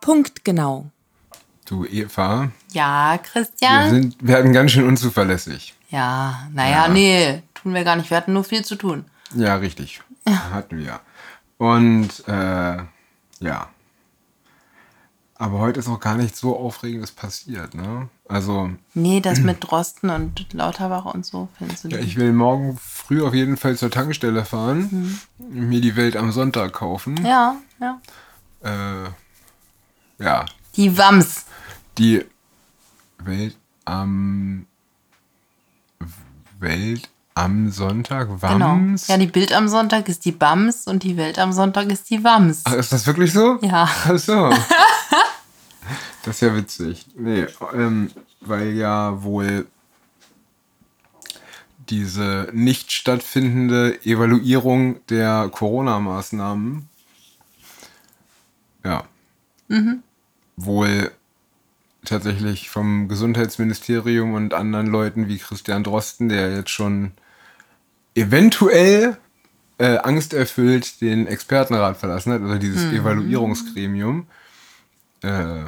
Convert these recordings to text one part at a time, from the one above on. Punktgenau. Du Eva, Ja, wir, Christian? sind, wir hatten ganz schön unzuverlässig. ja, naja, Ja. nee, tun wir gar nicht. Wir hatten nur viel zu tun. Ja, richtig. Hatten wir. Und äh, ja. Aber heute ist auch gar nichts so Aufregendes passiert, ne? Also, Nee, das mit Drosten und Lauterbach und so findest du ja, nicht. ich will morgen früh auf jeden Fall zur Tankstelle fahren, Mhm. mir die Welt am Sonntag kaufen. Ja, ja. Ja, äh, ja Die Wams. die Welt am Welt am Sonntag, Genau. Wams? Ja, die Bild am Sonntag ist die Bams und die Welt am Sonntag ist die Wams. Ach, ist das wirklich so? Ja. Ach so. das ist ja witzig. Nee, ähm, weil ja wohl diese nicht stattfindende Evaluierung der Corona-Maßnahmen ja wohl tatsächlich vom Gesundheitsministerium und anderen Leuten wie Christian Drosten, der jetzt schon eventuell äh, angsterfüllt den Expertenrat verlassen hat, also dieses Evaluierungsgremium. Äh,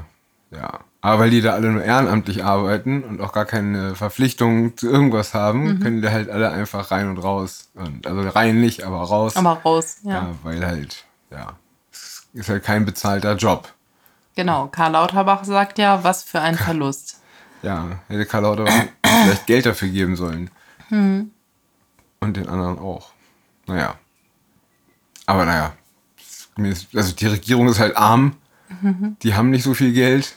ja. Aber weil die da alle nur ehrenamtlich arbeiten und auch gar keine Verpflichtung zu irgendwas haben, können die halt alle einfach rein und raus. Und, also rein nicht, aber raus. Aber raus, ja. ja. weil halt, ja, es ist halt kein bezahlter Job. Genau. Karl Lauterbach sagt ja, was für ein Verlust. Ja, hätte Karl Lauterbach vielleicht Geld dafür geben sollen. Und den anderen auch. Naja. Aber naja. Mir ist- Also die Regierung ist halt arm. Die haben nicht so viel Geld.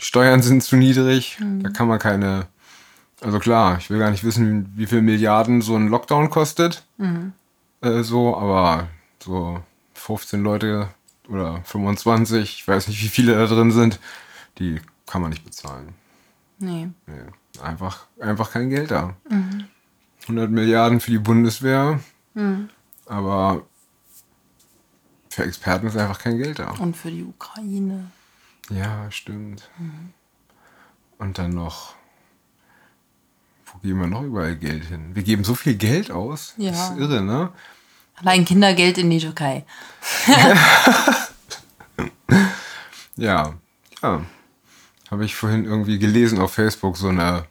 Die Steuern sind zu niedrig. Da kann man keine. Also klar, ich will gar nicht wissen, wie viel Milliarden so ein Lockdown kostet. Äh, so, aber so 15 Leute oder 25, ich weiß nicht, wie viele da drin sind, die kann man nicht bezahlen. Nee. Nee, einfach, einfach kein Geld da. 100 Milliarden für die Bundeswehr, aber für Experten ist einfach kein Geld da. Und für die Ukraine. Ja, stimmt. Und dann noch, wo geben wir noch überall Geld hin? Wir geben so viel Geld aus. Ja. Das ist irre, ne? Allein Kindergeld in die Türkei. Ja, ja. Habe ich vorhin irgendwie gelesen auf Facebook, so eine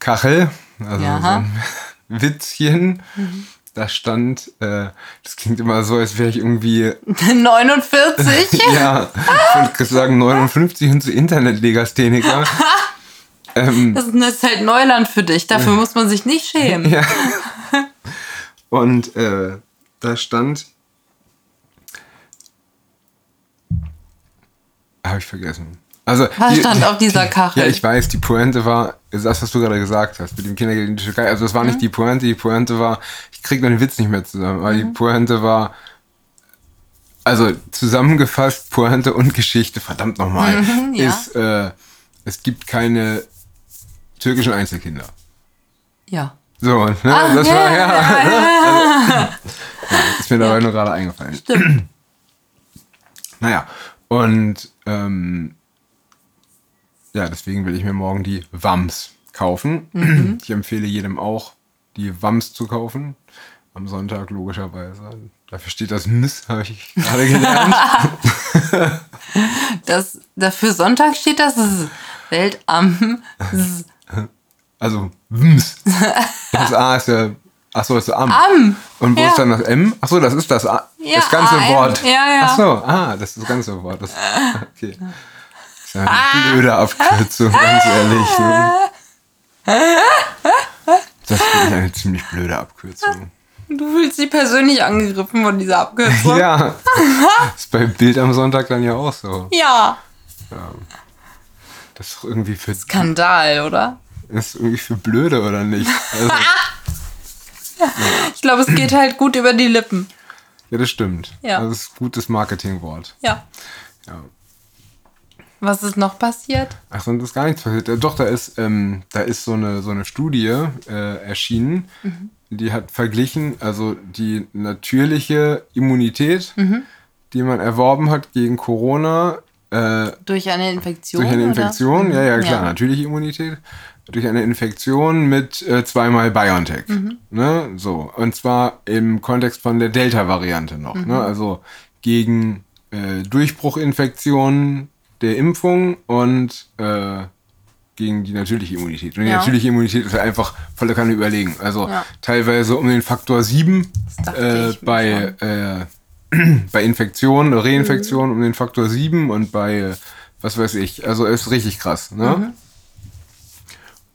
Kachel, also Ja. so ein Witzchen. Da stand, äh, das klingt immer so, als wäre ich irgendwie, 49? ja, ich wollte gerade sagen 59 und so Internetlegastheniker. ähm, Das ist halt Neuland für dich. Dafür muss man sich nicht schämen. Ja. Und äh, da stand. Habe ich vergessen. Also, Was stand auf dieser Kachel? Ja, ich weiß, die Pointe war, ist das, was du gerade gesagt hast, mit dem Kindergeld in der Türkei. Also, das war Mhm. nicht die Pointe, die Pointe war, ich krieg den Witz nicht mehr zusammen, aber Mhm. die Pointe war, also zusammengefasst, Pointe und Geschichte, verdammt nochmal, Mhm, ja. ist, äh, es gibt keine türkischen Einzelkinder. Ja. So, ne? das war ja. Also, ist mir dabei nur gerade eingefallen. Stimmt. Naja, und ähm, ja, deswegen will ich mir morgen die Wams kaufen. Ich empfehle jedem auch, die Wams zu kaufen. Am Sonntag logischerweise. Dafür steht das Miss, habe ich gerade gelernt. Das, dafür Sonntag steht das S. Welt am. Also Wms. Das A ist ja. Achso, das ist Am. Am. Und wo ja. ist dann das M? Achso, das ist das A. Ja, das ganze AM, Wort. ja, ja. Achso, ah, das ist das ganze Wort. Das, okay. Das ist ja eine blöde Abkürzung, ganz ehrlich. Ne? Das ist eine ziemlich blöde Abkürzung. Du fühlst dich persönlich angegriffen von dieser Abkürzung. Ja. Ist bei Bild am Sonntag dann ja auch so. ja. Das ist doch irgendwie für, das Skandal, oder? ist irgendwie für blöde, oder nicht? Also, Ich glaube, es geht halt gut über die Lippen. ja, das stimmt. Ja. Das ist gutes Marketingwort. Ja. Ja. Was ist noch passiert? Ach, sonst ist gar nichts passiert. Äh, Doch, da ist, ähm, da ist so eine, so eine Studie äh, erschienen, die hat verglichen, also die natürliche Immunität, die man erworben hat gegen Corona äh, Durch eine Infektion? durch eine Infektion, Oder? ja, ja, klar, Ja. natürliche Immunität, durch eine Infektion mit äh, zweimal BioNTech. Mhm. Ne? Mhm. So, und zwar im Kontext von der Delta-Variante noch. Ne? Also gegen äh, Durchbruchinfektionen der Impfung und äh, gegen die natürliche Immunität. Und die Ja. natürliche Immunität ist halt einfach volle Kanne überlegen. Also Ja. teilweise um den Faktor 7 Das dachte äh, ich mir bei, äh, bei Infektionen, Reinfektionen um den Faktor 7 und bei äh, was weiß ich. Also ist richtig krass. Mhm. Ne?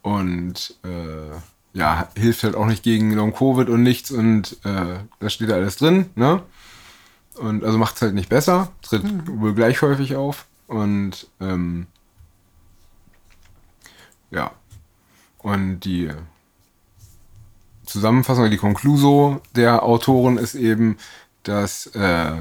Und äh, ja, hilft halt auch nicht gegen Long-Covid und nichts und äh, da steht da alles drin. Ne? Und also macht es halt nicht besser, tritt Mhm. wohl gleich häufig auf. Und ähm, ja. Und die Zusammenfassung, die Concluso der Autoren ist eben, dass äh,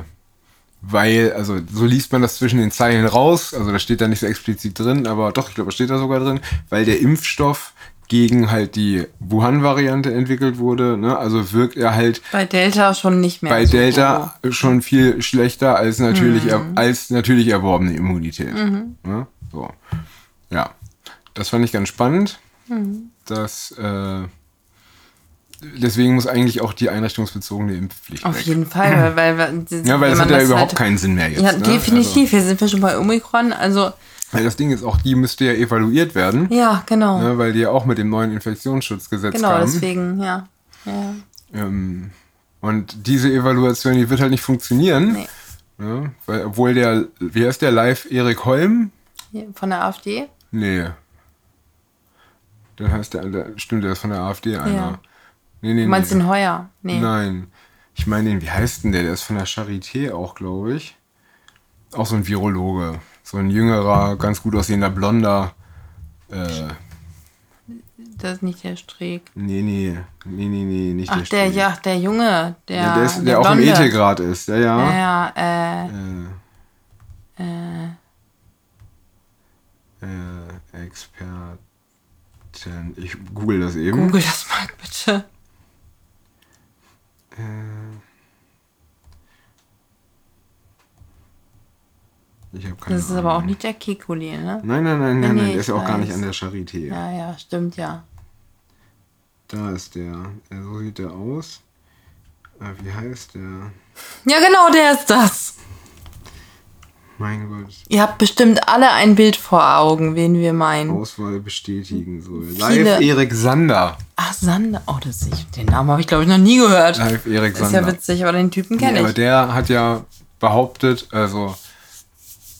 weil, also so liest man das zwischen den Zeilen raus, also das steht da nicht so explizit drin, aber doch, ich glaube, das steht da sogar drin, weil der Impfstoff gegen halt die Wuhan-Variante entwickelt wurde, ne? also wirkt er halt Bei Delta schon nicht mehr. bei so. Delta schon viel schlechter als natürlich, er, Mhm. als natürlich erworbene Immunität. Ne? So. Ja, das fand ich ganz spannend. Mhm. Dass, äh, deswegen muss eigentlich auch die einrichtungsbezogene Impfpflicht Auf weg. jeden Fall, weil, weil wenn Ja, weil das man hat ja überhaupt halt- keinen Sinn mehr jetzt. Ja, ne? Also, definitiv. Hier sind wir schon bei Omikron. Also, weil das Ding ist auch, die müsste ja evaluiert werden, ja, genau. ne? weil die ja auch mit dem neuen Infektionsschutzgesetz genau, kamen. deswegen, ja. ja. Ähm, und diese Evaluation, die wird halt nicht funktionieren. Nee. Ne? Weil, obwohl der, wie heißt der live Erik Holm? Hier, Von der AfD? Nee. Dann heißt der, der stimmt, der ist von der AfD einer. Ja. Nee, nee, Du meinst nee. den Heuer? Nee. Nein. Ich meine den, wie heißt denn der? Der ist von der Charité auch, glaube ich. Auch so ein Virologe. So ein jüngerer, ganz gut aussehender Blonder. Äh, Das ist nicht der Streeck. nee, nee. Nee, nee, nee, nicht Ach, der, Stiel. ja, der Junge. Der, Ja, der, ist, der, auch im Blonde. Ethikrat ist. Ja, ja. Ja, ja, äh, Hm? Äh, Experten. Ich google das eben. google das mal bitte. Ich habe keine Das ist Ahnung. aber auch nicht der Kikuli, ne? Nein, nein, nein, nein, Nee, nein. nee, Der ist ja ich auch gar weiß. nicht an der Charité. Ja, ja, stimmt, ja. Da ist der. Äh, So sieht der aus. Äh, Wie heißt der? Ja, genau, der ist das. Mein Gott. Ihr habt bestimmt alle ein Bild vor Augen, wen wir meinen. Auswahl bestätigen soll. Hm. Viele- Live Erik Sander. Ach, Sander. Oh, das ich, den Namen habe ich, glaube ich, noch nie gehört. Live Erik Ist ja Sander. witzig, aber den Typen Nee, kenne aber ich. der hat ja behauptet, also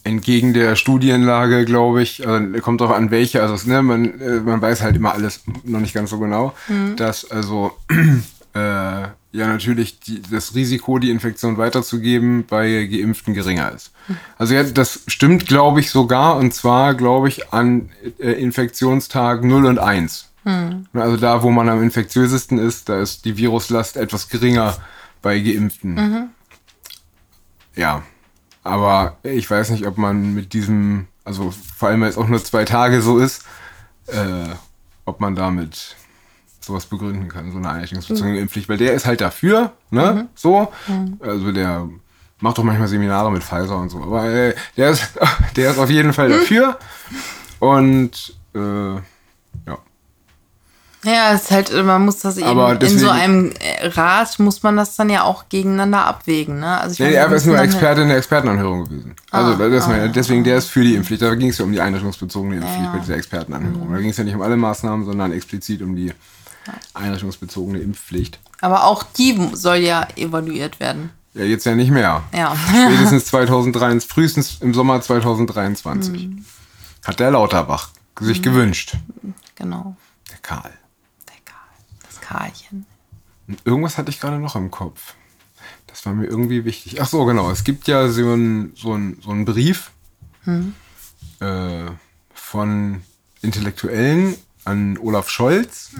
entgegen der Studienlage, glaube ich, also, kommt drauf an, welche, also ne, man, äh, man weiß halt immer alles noch nicht ganz so genau, dass also äh, ja natürlich die, das Risiko, die Infektion weiterzugeben, bei Geimpften geringer ist. Also ja, das stimmt, glaube ich, sogar, und zwar, glaube ich, an äh, Infektionstag 0 und 1. Also da, wo man am infektiösesten ist, da ist die Viruslast etwas geringer bei Geimpften. Ja. Aber ich weiß nicht, ob man mit diesem, also vor allem weil es auch nur zwei Tage so ist, äh, ob man damit sowas begründen kann, so eine einrichtungsbezogene Impfpflicht, weil der ist halt dafür, ne? So. Also der macht doch manchmal Seminare mit Pfizer und so, aber äh, der, ist, der ist auf jeden Fall dafür. Und äh, ja. Ja, es ist halt, man muss das eben Aber in deswegen- so einem äh, Rat muss man das dann ja auch gegeneinander abwägen, ne? Also ich Nee, meine, er wir ist nur müssen dann- Ah, Experte in der Expertenanhörung gewesen. Also das meine, ich. deswegen, der ist für die Impfpflicht. Da ging es ja um die einrichtungsbezogene Impfpflicht ja. Mhm. bei dieser Expertenanhörung. Da ging es ja nicht um alle Maßnahmen, sondern explizit um die einrichtungsbezogene Impfpflicht. Aber auch die soll ja evaluiert werden. Ja, jetzt ja nicht mehr. Ja. Spätestens 2023, frühestens im Sommer 2023. Mhm. Hat der Lauterbach sich gewünscht. Genau. Der Karl. Der Karl. Das Karlchen. Und irgendwas hatte ich gerade noch im Kopf. Das war mir irgendwie wichtig. Ach so, genau. Es gibt ja so einen so einen- so einen Brief äh, von Intellektuellen an Olaf Scholz.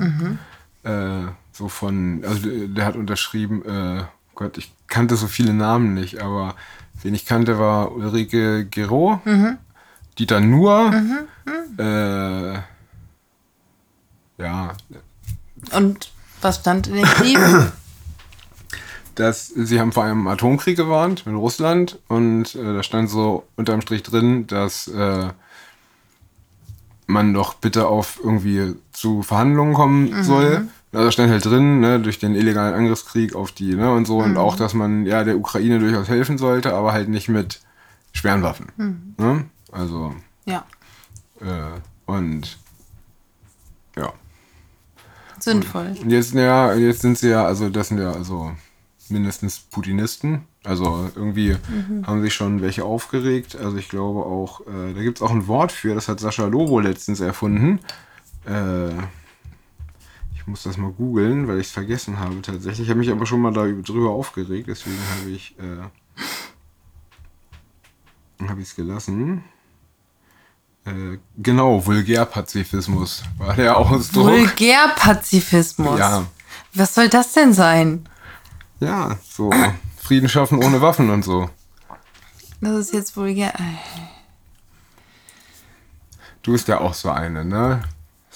Äh, so von, also der der hat unterschrieben, äh, Gott, ich kannte so viele Namen nicht, aber wen ich kannte war Ulrike Gero, Dieter Nuhr, äh, ja, Und was stand in dem Brief? dass sie haben vor einem Atomkrieg gewarnt mit Russland und äh, da stand so unterm Strich drin, dass äh, man doch bitte auf irgendwie zu Verhandlungen kommen soll Also stand halt drin, ne, durch den illegalen Angriffskrieg auf die, ne, und so, und auch, dass man ja der Ukraine durchaus helfen sollte, aber halt nicht mit schweren Waffen. Ne? Also, Ja. äh, und ja. Sinnvoll. Und jetzt, ja, jetzt sind sie ja, also das sind ja also mindestens Putinisten. Also irgendwie haben sich schon welche aufgeregt. Also ich glaube auch, äh, da gibt es auch ein Wort für, das hat Sascha Lobo letztens erfunden. Äh, ich muss das mal googeln, weil ich es vergessen habe tatsächlich. Ich habe mich aber schon mal darüber aufgeregt, deswegen habe ich äh, habe ich es gelassen. Äh, genau, Vulgärpazifismus war der Ausdruck. Vulgärpazifismus. Ja. Was soll das denn sein? Ja, so Frieden schaffen ohne Waffen und so. Das ist jetzt vulgär. Du bist ja auch so eine, ne?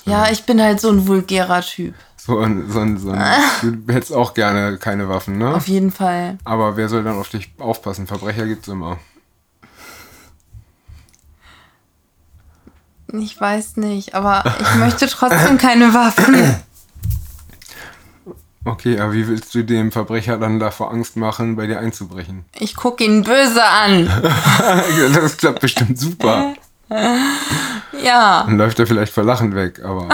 Ja, ich bin halt so ein vulgärer Typ. So ein, so ein, so ein du hättest auch gerne keine Waffen, ne? Auf jeden Fall. Aber wer soll dann auf dich aufpassen? Verbrecher gibt's immer. Ich weiß nicht, aber ich möchte trotzdem keine Waffen. Okay, aber wie willst du dem Verbrecher dann davor Angst machen, bei dir einzubrechen? Ich gucke ihn böse an. das klappt bestimmt super. Ja. Dann läuft er vielleicht vor Lachen weg, aber.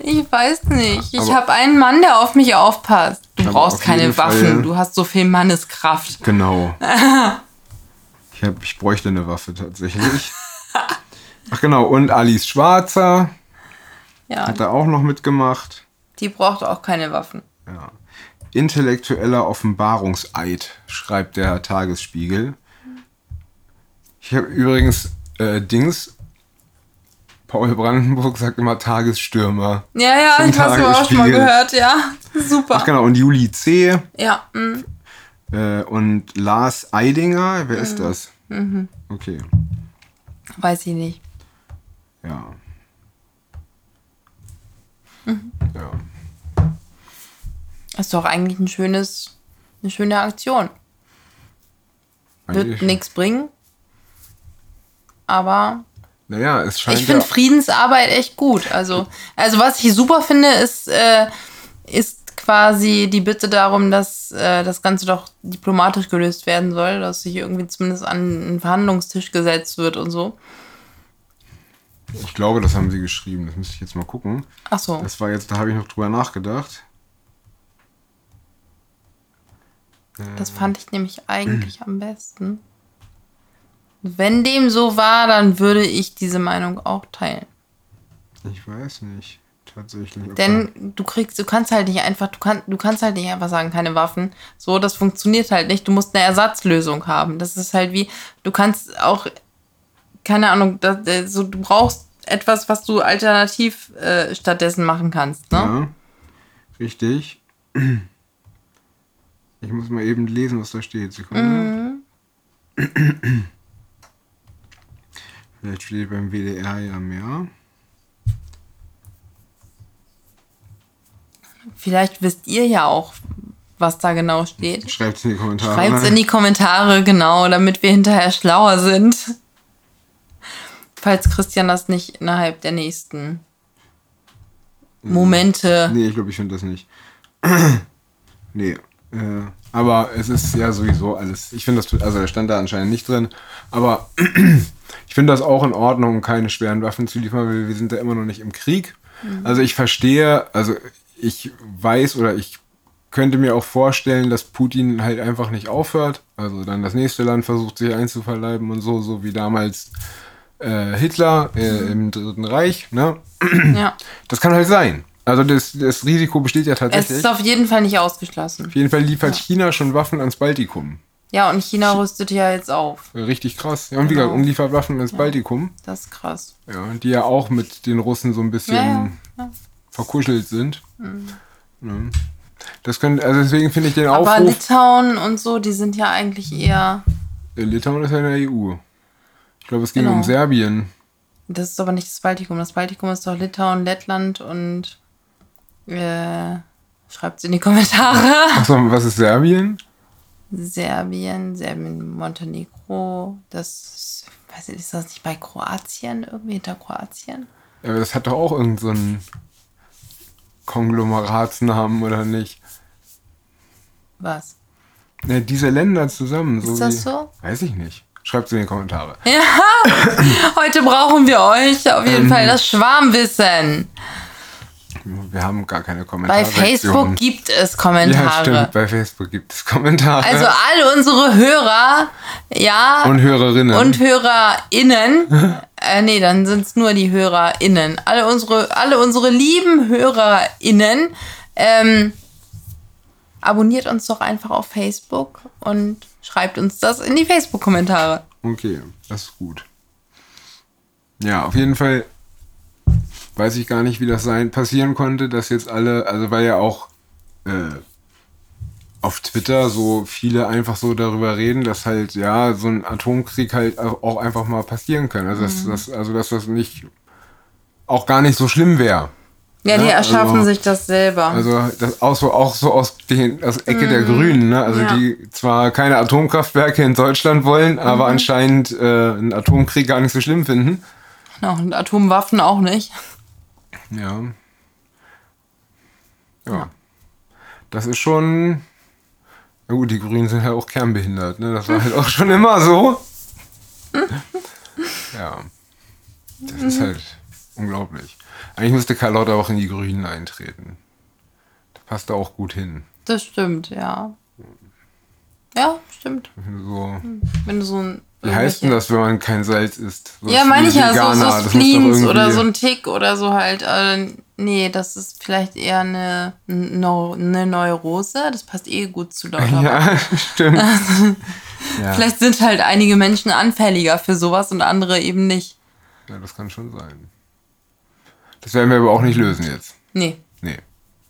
Ich weiß nicht. Ich Aber- habe einen Mann, der auf mich aufpasst. Du Aber brauchst auf keine jeden Fall- Waffen. Du hast so viel Manneskraft. Genau. Ich, hab, ich bräuchte eine Waffe tatsächlich. Ach genau, und Alice Schwarzer Ja, hat da auch noch mitgemacht. die braucht auch keine Waffen. Ja. Intellektueller Offenbarungseid, schreibt der Tagesspiegel. Ich habe übrigens äh, Dings. Paul Brandenburg sagt immer Tagesstürmer. Ja, ja, Zum ich hast du auch schon mal Tagesspiegel. gehört. Ja, Ach super. genau, und Juli C. Ja, mm. Äh, und Lars Eidinger. Wer ist das? Okay, weiß ich nicht. ja. Ja. Ist doch eigentlich ein schönes, eine schöne Aktion. Wird Eigentlich- nichts bringen. Aber Naja, es scheint ich finde ja- Friedensarbeit echt gut. Also, also was ich super finde, ist, äh, ist quasi die Bitte darum, dass äh, das Ganze doch diplomatisch gelöst werden soll, dass sich irgendwie zumindest an einen Verhandlungstisch gesetzt wird und so. ich glaube, das haben sie geschrieben. Das müsste ich jetzt mal gucken. Ach so. Das war jetzt, da habe ich noch drüber nachgedacht. Das fand ich nämlich eigentlich am besten. Wenn dem so war, dann würde ich diese Meinung auch teilen. Ich weiß nicht, tatsächlich. ob da- Denn du kriegst, du kannst halt nicht einfach, du, kann, du kannst halt nicht einfach sagen, keine Waffen. So, das funktioniert halt nicht. Du musst eine Ersatzlösung haben. Das ist halt wie, du kannst auch, keine Ahnung, das, äh, so, du brauchst etwas, was du alternativ äh, stattdessen machen kannst. Ne? Ja, richtig. Ich muss mal eben lesen, was da steht. Sekunde. Mhm. Vielleicht steht beim WDR ja mehr. Vielleicht wisst ihr ja auch, was da genau steht. Schreibt es in die Kommentare. Schreibt es in die Kommentare, genau, damit wir hinterher schlauer sind. Falls Christian das nicht innerhalb der nächsten Momente. Nee, ich glaube, ich finde das nicht. nee. Äh, aber es ist ja sowieso alles. Ich finde das, also der stand da anscheinend nicht drin. Aber ich finde das auch in Ordnung, um keine schweren Waffen zu liefern, weil wir sind da immer noch nicht im Krieg. Also ich verstehe, also ich weiß oder ich könnte mir auch vorstellen, dass Putin halt einfach nicht aufhört. Also dann das nächste Land versucht sich einzuverleiben und so, so wie damals äh, Hitler äh, im Dritten Reich. Ne? Ja. Das kann halt sein. Also das, das Risiko besteht ja Es tatsächlich. ist auf jeden Fall nicht ausgeschlossen. auf jeden Fall liefert China schon Waffen ans Baltikum. Ja, und China rüstet ja jetzt auf. Richtig krass. Ja, und wie Genau. gesagt, und liefert Waffen ans Baltikum, Das ist krass. ja, die ja auch mit den Russen so ein bisschen Ja, ja, ja. verkuschelt sind. Ja. Das können, also deswegen finde ich den Aber Aufruf. Litauen und so, die sind ja eigentlich eher. Äh, Litauen ist ja in der EU. Ich glaube, es ging Genau. um Serbien. Das ist aber nicht das Baltikum. Das Baltikum ist doch Litauen, Lettland und. Äh, Schreibt in die Kommentare. Achso, was ist Serbien? Serbien, Serbien, Montenegro, das ist- weiß ich, ist das nicht bei Kroatien irgendwie hinter Kroatien? Ja, aber das hat doch auch irgendeinen so einen Konglomeratsnamen, oder nicht? Was? Ja, Ne, diese Länder zusammen. So Ist das wie, so? Weiß ich nicht. Schreibt es in die Kommentare. Heute brauchen wir euch auf Ähm. jeden Fall das Schwarmwissen. Wir haben gar keine Kommentare. Bei Facebook gibt es Ja, Kommentare. stimmt. Bei Facebook gibt es Kommentare. also alle unsere Hörer, ja, und Hörerinnen. und HörerInnen. äh, nee, dann sind es nur die HörerInnen. Alle unsere, alle unsere lieben HörerInnen. Ähm, abonniert uns doch einfach auf Facebook und schreibt uns das in die Facebook-Kommentare. Okay, das ist gut. Ja, auf jeden Fall weiß ich gar nicht, wie das sein passieren konnte, dass jetzt alle, also weil ja auch äh, auf Twitter so viele einfach so darüber reden, dass halt ja so ein Atomkrieg halt au- auch einfach mal passieren kann. Also dass, dass, also dass das nicht auch gar nicht so schlimm wäre. Ja, die Ja, erschaffen also- sich das selber. Also das auch so, auch so aus, den, aus Ecke der Grünen, ne? Also ja. die zwar keine Atomkraftwerke in Deutschland wollen, aber anscheinend äh, einen Atomkrieg gar nicht so schlimm finden. Genau, und Atomwaffen auch nicht. Ja. Ja. Das ist schon. Na gut, die Grünen sind halt auch kernbehindert, ne? Das war halt auch schon immer so. ja. Das ist halt unglaublich. Eigentlich müsste Carlotta auch in die Grünen eintreten. Das passt da auch gut hin. Das stimmt, ja. Ja, stimmt. So. Wenn du so ein. Wie heißt denn das, wenn man kein Salz isst? So Ja, meine ich ja, so, Veganer, das so muss doch Spleens irgendwie- oder so ein Tick oder so halt. Äh, nee, das ist vielleicht eher eine, Neu- eine Neurose. Das passt eh gut zu lauter. Ja, stimmt. ja, Vielleicht sind halt einige Menschen anfälliger für sowas und andere eben nicht. ja, das kann schon sein. Das werden wir aber auch nicht lösen jetzt. Nee. Nee.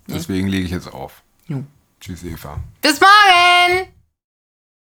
Deswegen lege ich jetzt auf. Jo. Tschüss, Eva. Bis morgen!